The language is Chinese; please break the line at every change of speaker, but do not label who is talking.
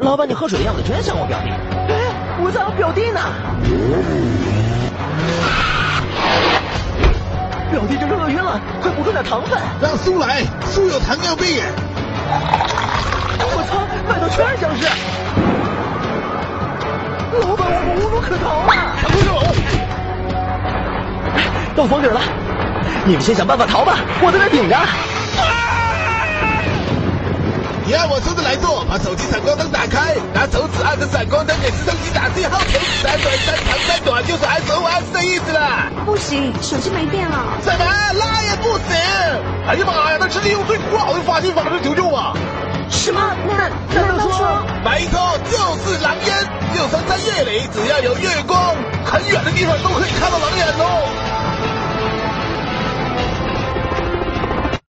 老板，你喝水的样子真像我表弟。
哎，我在我表弟呢。表弟这是饿晕了，快补充点糖分。
让苏来，苏有糖尿病。
我操，外头全是僵尸！老板，我们无路可逃了。
快住手！
到房顶了，
你们先想办法逃吧，我在这顶着。
你按我说的来做，把手机闪光灯打开，拿手指按着闪光灯给摄像机打最后手指三短三长三短，就是按手按的意思啦。
不行，手机没电了。
怎么那也不行？哎呀妈呀，那是利用最古老的发现方式求救啊！
什么？那难道说？
没错，就是狼烟。六三三夜里，只要有月光，很远的地方都可以看到狼烟哦。